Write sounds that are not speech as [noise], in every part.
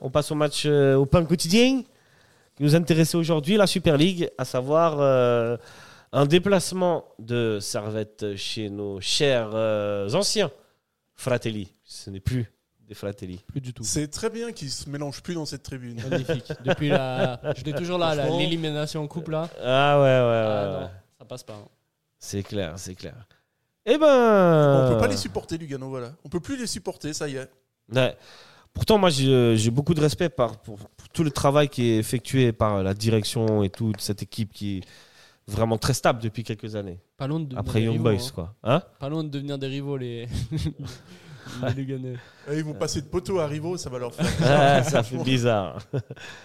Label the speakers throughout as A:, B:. A: On passe au match, euh, au pain quotidien qui nous intéressait aujourd'hui, la Super League, à savoir euh, un déplacement de Servette chez nos chers euh, anciens Fratelli. Ce n'est plus des Fratelli.
B: Plus du tout.
C: C'est très bien qu'ils se mélangent plus dans cette tribune.
A: Euh.
B: Magnifique. Depuis la. Je l'ai toujours là, la-
C: Franchement.
B: l'élimination en coupe là.
A: Ah ouais, ouais,
B: Ah,
A: ouais. ouais.
B: non, ça passe pas. hein.
A: c'est clair, c'est clair. Eh ben.
C: On peut pas les supporter, Lugano, voilà. On peut plus les supporter, ça y est.
A: Ouais. Pourtant, moi, j'ai j'ai beaucoup de respect par, pour, pour tout le travail qui est effectué par la direction et toute cette équipe qui est vraiment très stable depuis quelques années.
B: Pas loin de devenir
A: Après
B: des
A: Young
B: rivaux,
A: Boys,
B: hein.
A: quoi. Hein
B: Pas loin de devenir des rivaux les. [laughs] les Luganais.
C: Et
A: Euh.
C: ils vont passer de poteau à rivaux, ça va leur
A: [laughs]
C: faire.
A: Ah, ça fait bizarre.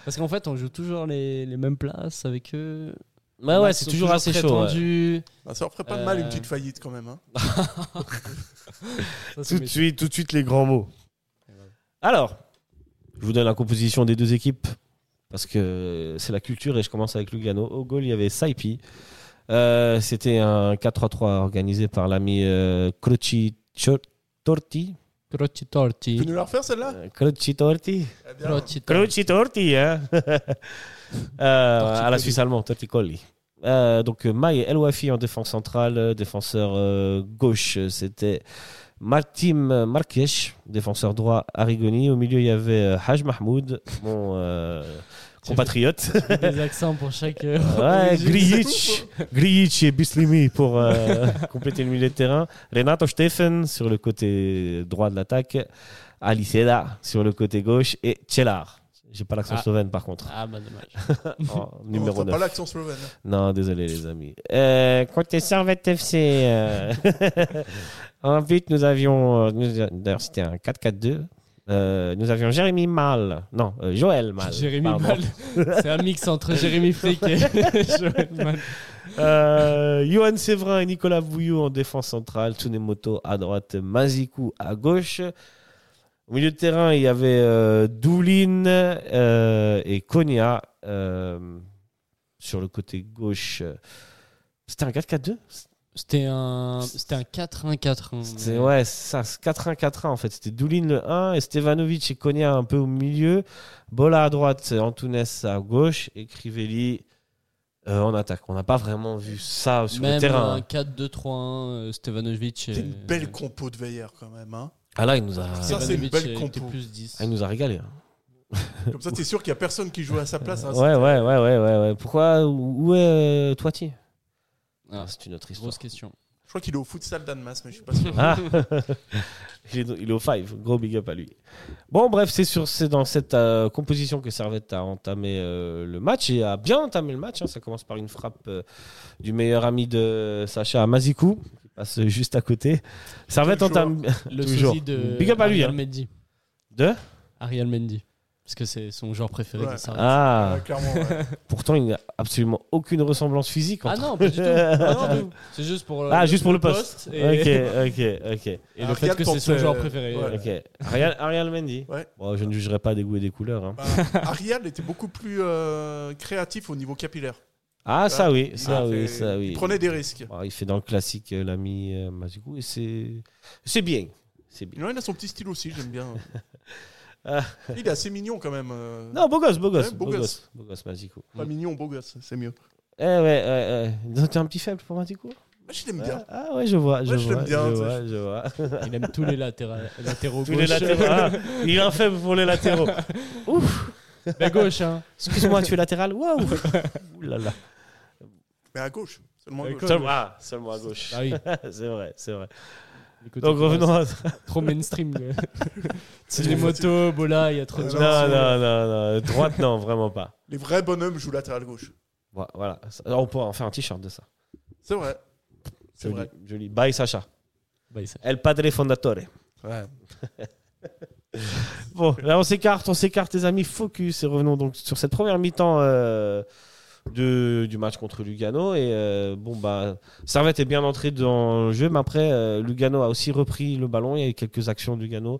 B: Parce qu'en fait, on joue toujours les, les mêmes places avec eux.
A: Ouais,
B: Les
A: ouais,
B: matchs
A: c'est
B: sont
A: toujours assez
B: très
A: chaud. ouais.
B: tendus.
C: Ah, ça leur ferait pas de mal
B: Euh.
C: une petite faillite quand même. hein.
B: Ça, c'est
A: Tout de
B: méchant.
A: suite, tout de suite, les grands mots. Alors, je vous donne la composition des deux équipes parce que c'est la culture et je commence avec Lugano. Au goal, il y avait Saipi. Euh, C'était un 4-3-3 organisé par l'ami euh, Croci Cho- Torti.
B: Crotti
C: Tu peux
B: torti.
C: nous la refaire celle-là
A: Euh, Croci Torti.
C: Eh bien,
B: Crotti torti.
A: Croci Torti, [laughs] hein Euh, À la
B: Torticolli.
A: Suisse allemande, Torticolli. Euh, donc Maï El Wafi en défense centrale, euh, défenseur euh, gauche, euh, c'était Martim Marques, défenseur droit Arrigoni. Au milieu, il y avait euh, Haj Mahmoud, mon euh, [laughs] compatriote.
B: Des accents pour chaque. euh, [laughs]
A: [laughs] Ouais,
B: origine.
A: Grijic, Grijic et Bislimi pour [laughs] euh, compléter le milieu de terrain. Renato Steffen sur le côté droit de l'attaque. Aliceda sur le côté gauche. Et Tchelar. J'ai pas l'accent
B: Ah.
A: slovène par contre.
B: Ah, bah dommage.
A: En
C: on entend
A: numéro Euh.
C: pas
A: 9.
C: l'accent slovène.
A: Non, désolé les amis. Euh, côté Servette FC, euh, [laughs] en but nous avions, euh, nous- d'ailleurs c'était un 4-4-2, Euh, nous avions Jérémy Mal, non, euh, Joël Mal.
B: Ah, Jérémy
A: pardon.
B: Mal. [laughs] C'est un mix entre Jérémy Flick et [laughs] Joël Mal.
A: Euh, Johan Séverin et Nicolas Bouillot en défense centrale, Tsunemoto à droite, Mazikou à gauche. Au milieu de terrain, il y avait euh, Doulin euh, et Konya. euh, sur le côté gauche, c'était un 4-4-2
B: C'était un, c'était un hein. 4-1-4-1.
A: C'est ouais, ça, c'est 4-1-4-1 en fait. C'était Doulin le 1 et Stevanovic et Konya un peu au milieu. Bola à droite, Antunes à gauche et Crivelli euh, en attaque. On n'a pas vraiment vu ça sur
B: Même euh,
A: le terrain. hein.
B: un 4-2-3-1, euh, Stevanovic.
C: C'est une
B: euh,
C: belle compo de Veillère quand
A: [laughs]
C: même. hein.
A: Ah là, il nous a,
C: Ça, c'est une
B: Stevanovic,
C: belle
B: euh,
C: compo.
B: était plus 10.
A: ah, il nous a régalé. hein.
C: Comme ça, t'es sûr qu'il y a personne qui joue à sa place. hein.
A: Ouais, ouais, ouais, ouais, ouais, ouais. Pourquoi Où où est euh, Toiti
B: Ah,
A: Ah, C'est une autre [laughs] histoire.
B: grosse question.
C: Je crois qu'il est au futsal d'Annemasse, mais je suis pas sûr.
A: Ah. il, est, dans- il est au 5, gros big up à lui. Bon, bref, c'est sur- c'est dans cette euh, composition que Servette a entamé euh, le match et a bien entamé le match. hein. Ça commence par une frappe euh, du meilleur ami de Sacha Mazikou, qui passe juste à côté. Servette
C: Toujours.
A: entame
B: Le
A: Toujours.
B: sosie de
A: Big up à lui,
B: Ariel
A: hein.
B: Mendy.
A: de.
B: Ariel Mendy. Parce que c'est son genre préféré.
C: Ouais.
B: de Sarri.
A: [laughs] [laughs] Ah,
C: Ouais, clairement,
A: [laughs]
C: ouais.
A: pourtant il n'a absolument aucune ressemblance physique.
B: Ah
A: entre-
B: non,
A: [laughs]
B: pas du tout. Non, non, du tout. C'est juste pour, euh,
A: Ah, juste pour le poste.
B: poste. et,
A: Ok, ok, ok.
B: et [laughs] le
C: Ariel
B: fait que
C: porte,
B: c'est son genre
C: euh,
B: préféré.
C: ouais.
A: Ok. Ariel, Ariel Mendy.
C: Ouais.
A: Bon, je ne jugerai pas des goûts et des couleurs. hein.
C: Bah, Ariel était beaucoup plus euh, créatif au niveau capillaire.
A: Ah, ça oui,
C: Il
A: ça
C: a
A: oui,
C: fait-
A: ça oui.
C: Il prenait des risques.
A: Bon, il fait dans le classique euh, l'ami euh, Mazikou et c'est c'est bien. C'est bien.
C: Ouais, il a son petit style aussi, j'aime bien.
A: [laughs] Ah.
C: Il est assez mignon quand même. euh. Mm.
A: Non, beau gosse, beau gosse,
C: Ouais,
A: beau,
C: beau
A: gosse.
C: gosse.
A: beau gosse Mazikou.
C: Pas mignon, beau gosse, c'est mieux.
A: Eh ouais, ouais, ouais. Donc, T'es un petit faible pour Mazikou
C: Moi, je l'aime
A: Ouais.
C: bien.
A: Ah ouais, je vois, je
C: Ouais, je
A: vois,
C: l'aime
A: je,
C: bien, tu sais.
A: vois, je vois.
B: Il aime tous les latéraux,
A: [laughs]
B: latéraux
A: Tous
B: gauche.
A: les
B: [laughs]
A: latéraux. Ah, il est un faible pour les latéraux.
B: La gauche, hein.
A: [laughs] Excuse-moi, tu es latéral. Waouh. Ouh là là.
C: Mais à gauche, seulement à
B: D'accord.
C: gauche.
A: Seulement, ah, seulement à gauche.
B: Ah oui.
A: [laughs] c'est vrai, c'est vrai.
B: du côté
A: Donc
B: droit,
A: revenons à
B: c'est Trop mainstream. quoi.
A: [laughs]
B: C'est les motos, Bola, il y a trop de
C: Euh,
B: gens.
A: Non,
B: qui-
A: non, non, non. Droite, non, vraiment pas.
C: Les vrais bonhommes jouent latéral gauche.
A: Voi- Voilà. Ça- On pourrait en faire un t-shirt de ça.
C: C'est vrai. C'est
A: Joli,
C: vrai.
A: joli. Bye, Sacha.
B: Bah, il s'est-
A: El padre fondatore.
C: Ouais.
A: Bon, là, on s'écarte, on s'écarte, les amis. Focus et revenons donc sur cette première mi-temps euh, de, du match contre Lugano. Et euh, bon, bah, Servette est bien entré dans le jeu, mais après, euh, Lugano a aussi repris le ballon. Il y a eu quelques actions de Lugano,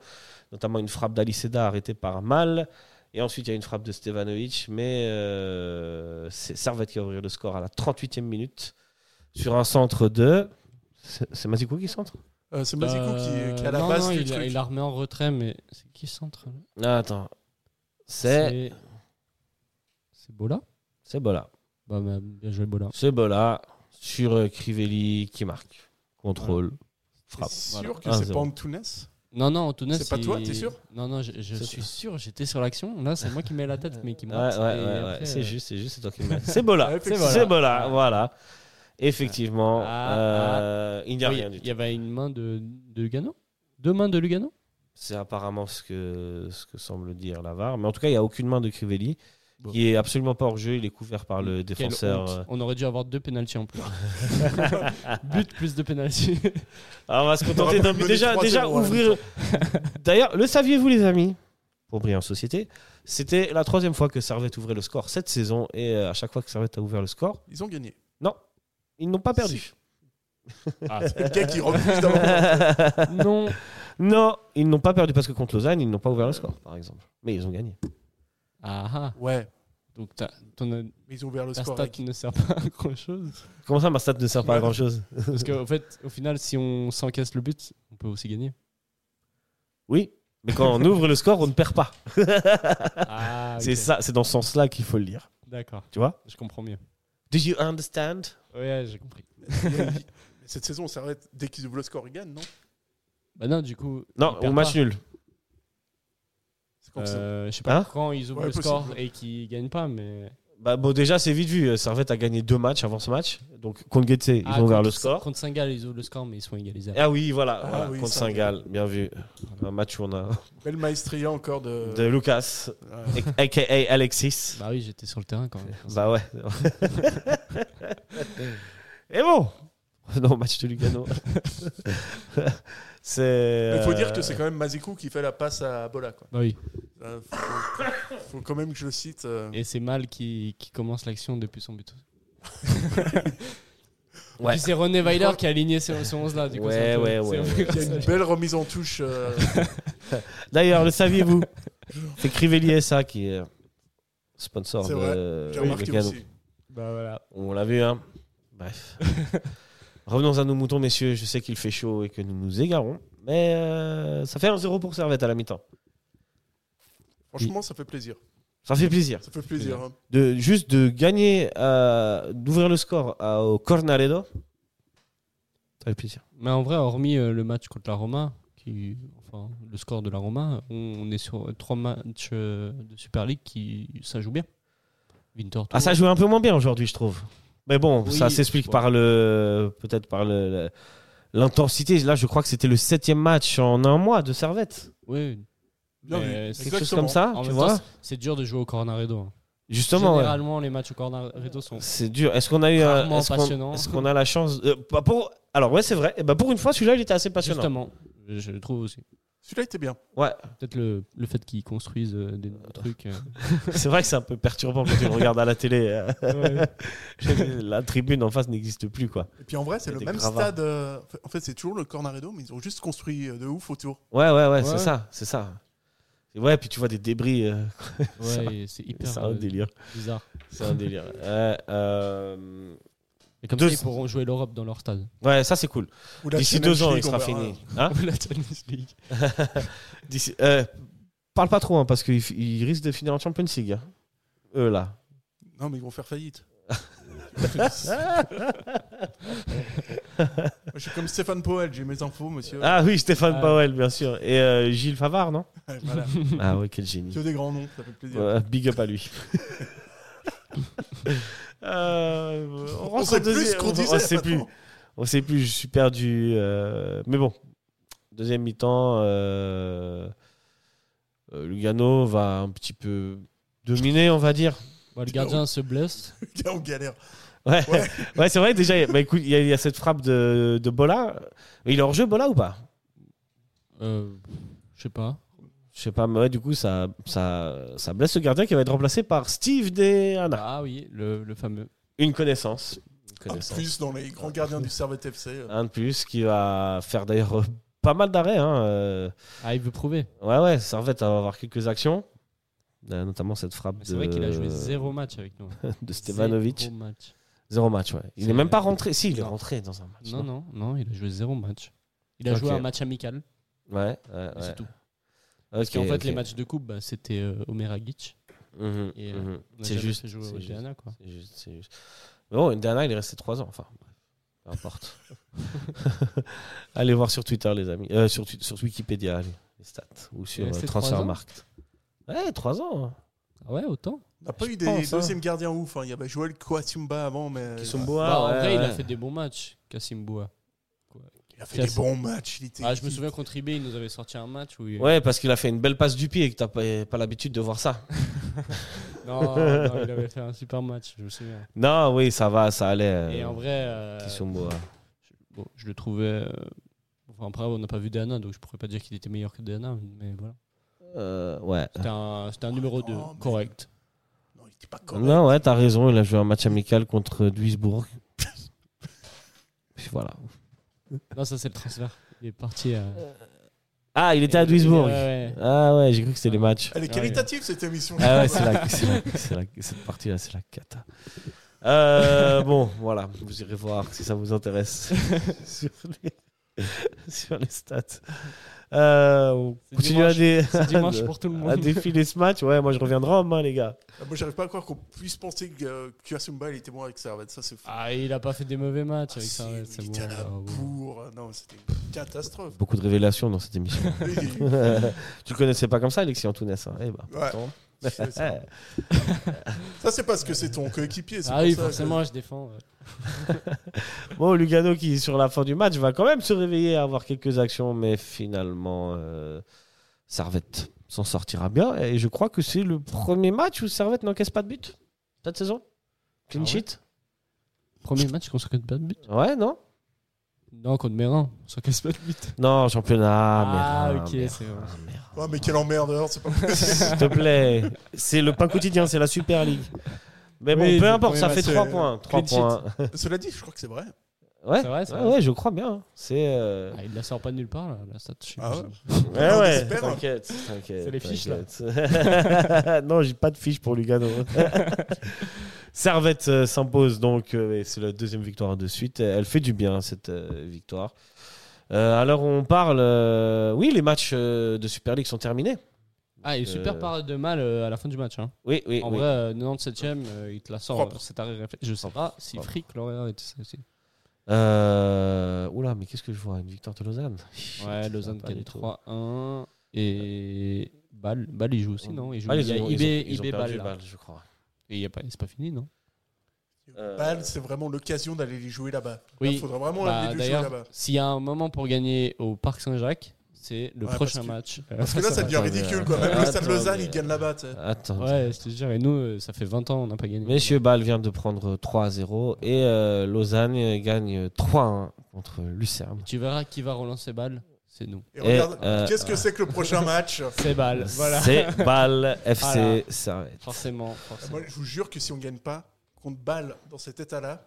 A: notamment une frappe d'Aliceda arrêtée par Mal. Et ensuite, il y a une frappe de Stevanovic, mais euh, c'est Servette qui va ouvrir le score à la 38e minute sur un centre de. C'est c'est Mazikou qui centre
C: Euh, c'est Mazikou qui, qui est à la
B: non,
C: base
B: non,
C: du
B: il,
C: truc.
B: il la remet en retrait, mais c'est qui centre là
A: Ah, Attends. C'est
B: C'est Bola
A: c'est Bola.
B: bah, bah, Bien joué, Bola.
A: C'est Bola sur euh, Crivelli qui marque. Contrôle. Frappe.
C: C'est
B: Voilà.
C: sûr que c'est
A: 1-0.
C: pas Antunes
B: Non, non, Antunes.
C: C'est pas
B: il-
C: toi, t'es sûr
B: Non, non, je, je
A: C'est
B: suis sûr, j'étais sur l'action. Là, c'est moi qui mets la tête, mais
A: [laughs]
B: qui
A: Ouais,
B: marque.
A: ouais, ouais,
B: Et
A: ouais.
B: après,
A: C'est
B: euh,
A: juste, c'est juste, c'est
B: [laughs]
A: toi qui me- C'est Bola.
C: Ouais,
A: c'est
C: effectivement.
A: Bola. voilà. Effectivement,
B: Ah,
A: euh, il n'y a
B: oui,
A: rien du
B: Il
A: tout.
B: y avait une main de, de Lugano Deux mains de Lugano
A: C'est apparemment ce que, ce que semble dire Lavar. Mais en tout cas, il n'y a aucune main de Crivelli
B: Bon.
A: qui est absolument pas hors jeu. Il est couvert par le
B: Quelle
A: défenseur.
B: honte.
A: euh.
B: On aurait dû avoir deux pénalties en plus. But plus de pénalty.
A: Alors, Ah, on va se contenter d'un but.
C: Mené
A: Déjà,
C: 3-0
A: déjà
C: à la
A: ouvrir. D'ailleurs, le saviez-vous, les amis Pour Brillant Société, c'était la troisième fois que Servette ouvrait le score cette saison. Et euh, à chaque fois que Servette a ouvert le score,
C: Ils ont [laughs] gagné.
A: ils n'ont pas perdu.
B: Ah,
C: Le gars qui refuse d'avoir.
B: non.
A: Non, ils n'ont pas perdu parce que contre Lausanne, ils n'ont pas ouvert le score, par exemple. Mais ils ont gagné.
B: Ah, ah.
C: Ouais,
B: Donc ta- ton,
C: mais ils ont ouvert le
B: ta
C: score.
B: stat
C: avec-
B: ne sert pas à grand chose.
A: Comment ça, ma stat ne sert pas à
C: Ouais.
A: grand chose
B: Parce qu'en fait, au final, si on s'encaisse le but, on peut aussi gagner.
A: Oui, mais quand on ouvre le score, on ne perd pas.
B: Ah, [laughs]
A: C'est ça, c'est dans ce sens-là qu'il faut le lire.
B: D'accord,
A: Tu vois
B: je comprends mieux.
A: Do you understand
B: Ouais, j'ai compris.
C: Cette saison, on s'arrête dès qu'ils ouvrent le score, ils gagnent, non
B: Bah non, du coup.
A: Non,
B: ils
A: on
B: perdent
A: match
B: pas.
A: nul.
C: C'est comme ça.
B: Euh, je sais pas
A: Hein
B: quand ils ouvrent
C: Ouais,
B: le score
C: possible.
B: et qu'ils gagnent pas, mais.
A: Bah, bon, déjà, c'est vite vu. Servette a gagné deux matchs avant ce match. Donc, contre Getse, ils
B: Ah,
A: ont ouvert
B: contre-
A: le score.
B: Contre Saint-Gall, ils ouvrent le score, mais ils sont égalisés.
A: Ah oui, voilà,
C: Ah
A: voilà,
C: oui,
A: contre
C: Saint-Gall.
A: Saint-Gall. Bien vu. Un match où on a
C: Belle maestria encore de.
A: de Lucas,
C: Ouais.
A: a.k.a. Alexis.
B: Bah oui, j'étais sur le terrain quand même.
A: Eh. Bah
C: [laughs]
A: ouais. Et bon Non, match de Lugano. [laughs] c'est.
C: Il faut dire
A: euh,
C: que c'est quand même Mazikou qui fait la passe à Bola. Quoi.
B: Bah oui.
C: Euh, faut, faut quand même que je le cite. euh,
B: Et c'est Mal qui, qui commence l'action depuis son but.
A: [laughs] Ouais.
B: Puis c'est René Weiler qui a aligné ce, 11 là. Du coup,
A: Ouais,
B: c'est un peu-
A: ouais,
B: c'est un
A: ouais,
B: peu
A: ouais.
B: comme
C: Il y a
B: ça.
C: une belle remise en
A: [laughs]
C: touche. euh,
A: D'ailleurs, le
C: [laughs]
A: saviez-vous C'est Crivelli SA qui est sponsor de
C: C'est vrai,
A: euh,
C: J'ai remarqué
A: Lugano.
C: aussi.
B: Bah voilà.
A: On l'a vu, hein
C: [laughs]
A: Bref. Revenons à nos moutons, messieurs. Je sais qu'il fait chaud et que nous nous égarons. Mais euh, ça fait un 0 pour Servette à la mi-temps.
C: Franchement, ça fait plaisir.
A: Ça fait plaisir.
C: Ça fait plaisir. hein.
A: De, juste de gagner, euh, d'ouvrir le score à- au Cornaredo. Ça fait plaisir.
B: Mais en vrai, hormis euh, le match contre la Roma, qui, enfin, le score de la Roma, on, on est sur euh, trois matchs euh, de Super League qui ça joue bien. Winter
A: Ah, ça joue un peu moins bien aujourd'hui, je trouve. Mais bon,
B: Oui,
A: ça s'explique
B: ouais.
A: par le. Peut-être par le- le- l'intensité. Là, je crois que c'était le septième match en un mois de Servette.
B: Oui.
C: Bien
B: Mais
C: vu.
B: c'est
A: Quelque chose
C: Exactement.
A: comme ça,
B: En
A: Ah, tu
B: même
A: vois.
B: temps, c'est dur de jouer au Cornaredo. hein.
A: Justement. ouais.
B: Généralement, les matchs au Cornaredo sont.
A: C'est dur. Est-ce qu'on a eu. euh,
B: Rarement
A: Est-ce qu'on
B: passionnant.
A: est-ce qu'on a la chance. euh, bah, pour... Alors, ouais, c'est vrai. Eh ben, pour une fois, celui-là, il était assez passionnant.
B: Justement, je le trouve aussi.
C: Celui-là était bien.
A: Ouais, [laughs]
B: Peut-être le, le fait qu'ils construisent euh, des nouveaux trucs. euh.
A: c'est vrai que c'est un peu perturbant quand tu le regardes à la télé. euh,
B: [laughs]
A: [laughs] la tribune en face n'existe plus, quoi.
C: Et puis en vrai, c'est
A: Il y a
C: le
A: des
C: même
A: gravats.
C: stade. euh, En fait, c'est toujours le Cornaredo, mais ils ont juste construit euh, de ouf autour.
A: Ouais, ouais, ouais, c'est
B: Ouais.
A: ça. C'est ça. Ouais, puis tu vois des débris. euh, [laughs] Ça-
B: Ouais, et c'est hyper
A: c'est un
B: euh,
A: délire.
B: bizarre.
A: C'est un délire. Ouais, euh,
B: Et comme
A: Deux-
B: ça, ils pourront jouer l'Europe dans
A: [laughs]
B: leur stade.
A: ouais, ça, c'est cool.
C: Ou la
A: D'ici
C: Challenge
A: deux ans, il
C: League,
A: sera
C: on verra.
A: fini.
B: [laughs]
A: Hein
B: la Tennis League.
A: D'ici- euh, parle pas trop, hein, parce qu'ils f- ils risquent de finir en Champions League. hein. Eux, là.
C: Non, mais ils vont
A: [laughs]
C: faire faillite. Moi, Je suis comme Stéphane Powell, j'ai mes infos, monsieur.
A: Ah oui, Stéphane
B: Ah.
A: Powell, bien sûr. Et euh, Gilles Favard, non
C: Ouais, [laughs] voilà.
A: Ah ouais, quel génie.
C: Que des grands noms, ça fait plaisir.
A: Ouais, big up à lui. Euh, on
C: On
A: rentre au
C: sait plus
A: deuxième-
C: ce qu'on
A: on-
C: disait.
A: On sait plus.
C: maintenant. [laughs]
A: On sait plus. Je suis perdu. euh, mais bon, deuxième mi-temps, euh, euh, Lugano va un petit peu dominer, on va dire. [laughs]
B: Bah, le gardien se blesse.
C: Le gars, on galère.
A: Ouais, ouais.
C: Ouais.
A: c'est vrai. Déjà, il y a- bah, écoute, il y, a- il y a cette frappe de, de Bola. Il est hors jeu, Bola ou pas
B: Euh, je sais pas.
A: Je sais pas. Mais ouais, du coup, ça, ça, ça blesse le gardien qui va être remplacé par Steve Dehanna.
B: Ah oui, le, le fameux.
A: Une connaissance. Une
C: En
A: connaissance.
C: plus, dans les grands gardiens du Servette FC. euh,
A: Un de plus qui va faire d'ailleurs euh, pas mal d'arrêts. hein, euh.
B: Ah, il veut prouver.
A: Ouais, ouais, Servette va avoir quelques actions. Euh, Notamment cette frappe
B: Mais
A: de,
B: C'est vrai qu'il a joué zéro match avec nous.
A: [laughs]
B: hein.
A: de Stevanovic.
B: Zéro
A: Zéro...
B: match.
A: match, ouais. Il
B: C'est-
A: n'est même pas rentré. Si, il est
B: Non.
A: rentré dans un match.
B: Non, non, non, il a joué zéro match. Il a
A: Ok.
B: joué un match amical,
A: Ouais, ouais,
B: mais
A: ouais.
B: c'est tout. Parce
A: Ok,
B: qu'en fait,
A: ok.
B: les matchs de coupe, bah, c'était euh, Omer Agic.
A: Mhm,
B: Et, euh,
A: mhm.
B: On a
A: C'est
B: jamais
A: juste.
B: fait jouer au
A: c'est juste.
B: Diana, quoi.
A: C'est juste, c'est juste. Mais bon, une dernière, il est resté 3 ans. Enfin, bref. peu importe.
B: [laughs]
A: allez voir sur Twitter, les amis. Euh, sur, Twi- sur Wikipédia, allez, les stats. Ou sur
B: Il est
A: euh,
B: resté trois ans
A: Transfermarkt. Ouais, 3 ans. hein.
B: Ah ouais, autant
C: On n'a pas
A: Je
C: eu des
A: pense, hein.
C: deuxièmes gardiens ouf. hein. Il y avait Joël Kouassimba avant, mais euh,
A: Qui sont hein.
C: Ouais.
A: bois.
B: Bah, En
A: ouais,
B: vrai, il a
A: ouais.
B: fait des bons matchs, Kassim Boua.
C: il a fait des
B: Kiassi-
C: bons matchs. Il était-
B: Ah, je me souviens contre eBay, il nous avait sorti un match où. il-
A: Ouais, parce qu'il a fait une belle passe du pied et que t'as pas, pas l'habitude de voir ça.
B: Non, non, il avait fait un super match, je me souviens.
A: Non, oui, ça va, ça allait. euh, hein.
B: Et en vrai, euh,
A: Kisumbo, ouais.
B: je, bon, je le trouvais. euh, Enfin, après, on n'a pas vu Dana, donc je pourrais pas dire qu'il était meilleur que Dana, mais voilà.
A: Euh, ouais.
B: C'était un, c'était un numéro 2,
C: Oh, mais-
B: correct.
C: Non, il était pas correct.
A: Non, ouais, t'as raison. Il a joué un match amical contre Duisbourg. Puis voilà.
B: Non, ça, c'est le transfert. Il est parti à.
A: Ah, il était à
B: Il- il-
A: Duisbourg.
B: ouais, ouais.
A: Ah ouais, j'ai cru que c'était les matchs.
C: Elle est
B: Ouais.
C: qualitative cette émission.
A: Ah ouais, c'est
B: [laughs]
A: la, c'est la- c'est la- cette partie-là, c'est la cata. Euh, bon, voilà, vous irez voir si ça vous
B: [laughs]
A: intéresse sur les, sur les stats. Euh, on
B: C'est
A: continue à, dé-
B: C'est
A: [laughs]
B: dimanche pour tout le
A: à
B: monde.
A: défiler ce match. Ouais, moi je reviendrai en main, hein, les gars.
C: Ah, Moi, j'arrive pas à croire qu'on puisse penser que euh, Kouassimba, il était moins avec Servette. Ça, c'est fou.
B: Ah, il a pas fait des mauvais matchs
C: Ah,
B: avec
C: si,
B: ça.
C: mais
B: c'est
C: il
B: bon.
C: était à la
B: Ah, bon.
C: bourre. euh, Non, c'était une catastrophe. [laughs]
A: Beaucoup de révélations dans cette émission.
B: [laughs]
A: tu le connaissais pas comme ça, Alexis Antounès. hein Eh ben,
C: Ouais.
A: pourtant.
C: C'est ça. Ça, c'est parce que c'est ton coéquipier. c'est
B: Ah
C: pour
B: oui,
C: ça que-
B: forcément, je défends.
A: [laughs] Bon, Lugano qui, sur la fin du match, va quand même se réveiller à avoir quelques actions, mais finalement, euh, Servette s'en sortira bien. Et je crois que c'est le premier match où Servette n'encaisse pas de but cette saison. Clean
B: Ah ouais
A: sheet
B: Premier match qu'on s'encaisse pas de but
A: ouais. non
B: Non, contre Mérin, on s'encaisse pas de but.
A: Non, championnat.
B: Ah,
A: merde,
B: ok,
A: merde,
B: c'est vrai.
A: merde.
C: Ah, mais quel emmerdeur. C'est pas
B: [laughs]
A: S'il te plaît. C'est le pain quotidien, c'est la Super League. Mais bon,
B: Oui,
A: peu
B: le
A: importe, ça
B: premier
A: fait
C: match,
A: 3
C: euh,
A: points. 3
B: sheet.
A: points.
C: Cela dit, je crois que c'est vrai.
A: Ouais,
B: C'est vrai, c'est
A: ouais,
B: vrai.
A: ouais, je crois bien. C'est. euh,
B: Ah, il la sort pas de nulle part, là, la stat. je sais
C: Ah
B: pas.
C: ouais
A: Ouais,
C: On
A: ouais,
C: espère.
A: t'inquiète, t'inquiète.
B: C'est les fiches,
A: là. [laughs] non, j'ai pas de fiches pour Lugano. hein. [laughs] Servette euh, s'impose donc, euh, et c'est la deuxième victoire de suite. Elle fait du bien, cette euh, victoire. Euh, alors, on parle. euh, Oui, les matchs euh, de Super League sont terminés.
B: Ah, il
A: Euh,
B: super part de mal euh, à la fin du match. hein.
A: Oui, oui,
B: en
A: oui.
B: vrai, euh, 97ème, euh, il te la sort.
C: Propre.
B: euh, Cet arrêt réflexe. Je sais pas si
A: Propre.
B: Frick l'aurait arrêté ça aussi.
A: Euh, Oula, mais qu'est-ce que je vois Une victoire de Lausanne
B: Ouais,
A: Shit,
B: Lausanne
A: pas
B: qui a
A: du
B: des
A: tout.
B: 3-1. Et. Bâle, Bâle, il joue aussi, non Il joue.
A: Ah,
B: il y a
A: ont-
B: IB,
A: ont- ils ont
B: IB
A: perdu
B: Bâle. là.
A: je crois.
B: Et il y a pas, c'est pas fini, non
A: Euh,
C: Bâle, c'est vraiment l'occasion d'aller les jouer là-bas.
B: Oui.
C: Il faudra vraiment
B: Bah,
C: aller les jouer là-bas.
B: D'ailleurs, s'il y a un moment pour gagner au Parc Saint-Jacques, c'est le
C: Ouais,
B: prochain
C: parce que-
B: match.
C: Parce que là, ça devient
A: Attends,
C: ridicule.
A: mais-
C: Quoi. Même le Stade
B: Attends,
C: Lausanne,
B: mais-
C: ils gagnent là-bas. tu sais.
A: Attends.
B: Ouais, je te jure, et nous, euh, ça fait 20 ans, on n'a pas gagné.
A: Messieurs, Bâle vient de prendre 3 à 0 et euh, Lausanne euh, gagne 3 à 1 contre Lucerne.
B: Tu verras qui va relancer balle C'est nous.
C: Et
A: Et,
C: regarde,
A: euh,
C: qu'est-ce que c'est que
A: [laughs]
C: le prochain match Euh,
B: C'est balle. Voilà.
A: C'est Bâle FC
B: Voilà.
A: Servette.
B: Forcément.
C: Moi,
B: forcément.
C: je vous jure que si on gagne pas contre Bâle dans cet état-là,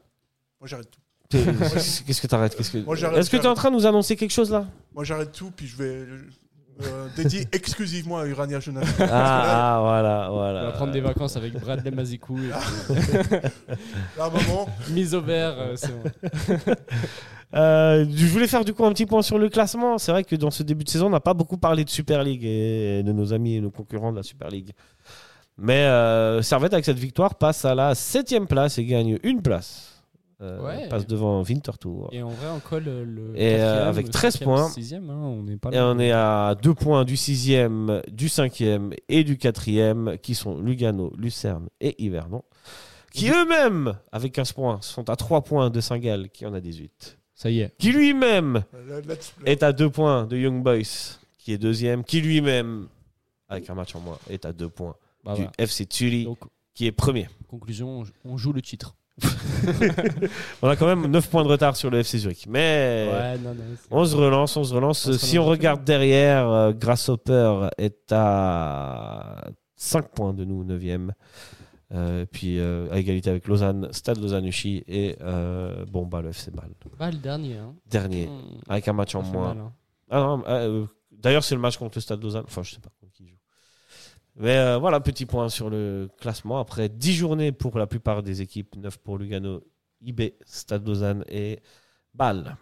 C: moi j'arrête tout.
A: Qu'est-ce que t'arrêtes Qu'est-ce que...
C: Moi, j'arrête,
A: Est-ce que t'es en
C: j'arrête.
A: train de nous annoncer quelque chose
B: [laughs]
A: là
C: Moi j'arrête tout, puis je vais euh,
A: [laughs]
C: dédier exclusivement à Urania Jeunesse.
A: ah, ah, voilà,
B: On
A: voilà.
B: va prendre des vacances avec Bradley Mazikou. et
C: [laughs] À un moment,
B: Mise au vert, euh, c'est bon.
A: Euh, je voulais faire du coup un petit point sur le classement. C'est vrai que dans ce début de saison, on n'a pas beaucoup parlé de Super League et de nos amis et nos concurrents de la Super League. Mais euh, Servette, avec cette victoire, passe à la 7 place et gagne une place. Euh,
B: Ouais.
A: Passe devant Winterthur.
B: Et en vrai, on colle euh, le.
A: Et, euh,
B: quatrième,
A: avec
B: le
A: 13
B: cinquième,
A: points.
B: Sixième, hein, on est pas
A: Et
B: là.
A: on est à deux points du sixième, du cinquième et du quatrième, qui sont Lugano, Lucerne et Hivernon, qui eux-mêmes, avec 15 points, sont à 3 points de Saint-Gall, qui en a 18.
B: Ça y est.
A: Qui lui-même
C: là- là, tu-
A: est à 2 points de Young Boys, qui est deuxième, qui lui-même, avec un match en moins, est à 2 points
B: Bah,
A: du
B: voilà.
A: FC Tully,
B: Donc,
A: qui est premier.
B: conclusion, on- on joue le titre.
A: On a quand même 9 points de retard sur le FC Zurich, mais...
B: Ouais, non, non. c'est-
A: On se relance, on se relance.
B: On se
A: si on
B: relance.
A: regarde derrière, euh, Grasshopper est à 5 points de nous, 9e. Euh, puis euh, à égalité avec Lausanne, Stade Lausanne-Uchi et euh, bon, bah, le FC Bâle.
B: Pas le dernier. Hein.
A: Dernier,
B: Mmh,
A: avec un match
B: ça
A: en
B: fait
A: moins.
B: mal, hein.
A: Ah non, euh, D'ailleurs, c'est le match contre le Stade Lausanne. Enfin, je sais pas contre qui joue. Mais euh, voilà, petit point sur le classement. Après 10 journées pour la plupart des équipes, 9 pour Lugano, IB, Stade Lausanne et Bâle.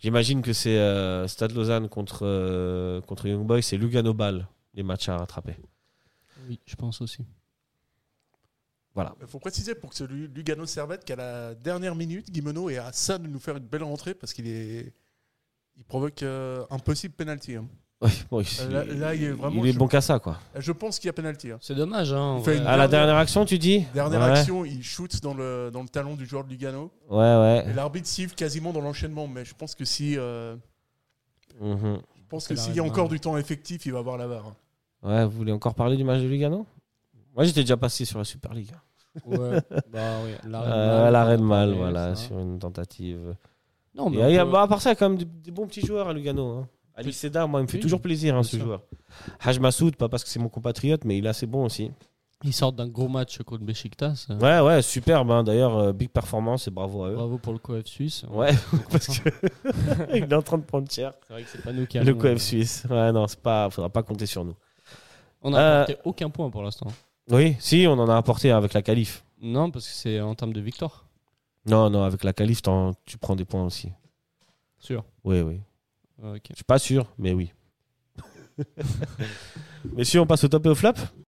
A: J'imagine que c'est euh, Stade Lausanne contre, euh, contre Young Boys, c'est Lugano Ball, les matchs à rattraper.
B: Oui, je pense aussi.
A: [laughs]
C: Il faut préciser pour que c'est Lu- Lugano Servette qu'à la dernière minute, Guimeno est à ça de nous faire une belle rentrée parce qu'il est. Il provoque euh, un possible penalty. hein.
A: Ouais, bon, il,
C: Là- là, il est vraiment-
A: il est
C: je-
A: bon qu'à ça, quoi.
C: Je pense qu'il y a penalty. hein.
B: C'est dommage. Hein, en
C: Il fait
B: vrai.
C: une-
A: À la dernière action, tu dis
C: Dernière
A: ouais.
C: action, il shoot dans le, dans le talon du joueur de Lugano.
A: Ouais, ouais.
C: Et l'arbitre siffle quasiment dans l'enchaînement. Mais je pense que si, euh,
A: Mhm.
C: je pense
B: C'est
C: que
B: la
C: s'il y a
B: règle,
C: encore
B: hein.
C: du temps effectif, il va avoir la barre.
A: Ouais, vous voulez encore parler du match de Lugano Moi, j'étais déjà passé sur la Super League. hein. [laughs]
B: Ouais, bah oui, l'arrêt de
A: Euh, à
B: balle,
A: l'arrêt de
B: on en
A: mal,
B: parlait,
A: voilà,
B: ça.
A: sur une tentative.
B: Non, mais
A: Et,
B: on
A: euh,
B: peut-
A: bah, à part ça, il y a quand même des, des bons petits joueurs à Lugano. Hein. Ali Seda, moi, il me fait
B: Oui,
A: toujours plaisir, hein,
B: bien
A: ce
B: sûr.
A: joueur. Haj Massoud, pas parce que c'est mon compatriote, mais il est assez bon aussi.
B: ils sortent d'un gros match contre Besiktas. euh,
A: Ouais, ouais, superbe. hein. D'ailleurs, euh, big performance et bravo à eux.
B: Bravo pour le coef suisse.
A: Ouais, [laughs] parce que il est en train de prendre cher.
B: C'est vrai que c'est pas nous qui
A: Le
B: allons, euh,
A: coef suisse. Ouais, non, c'est pas. Faudra pas compter sur nous.
B: On n'a
A: Euh,
B: apporté aucun point pour l'instant.
A: Oui, si, on en a apporté avec la qualif.
B: Non, parce que c'est en termes de victoire.
A: Non, non, avec la qualif, t'en- tu prends des points aussi.
B: Sûr.
A: Oui, oui.
B: Ok.
A: [laughs] Je suis pas sûr, mais oui. Messieurs, on passe au top et au flap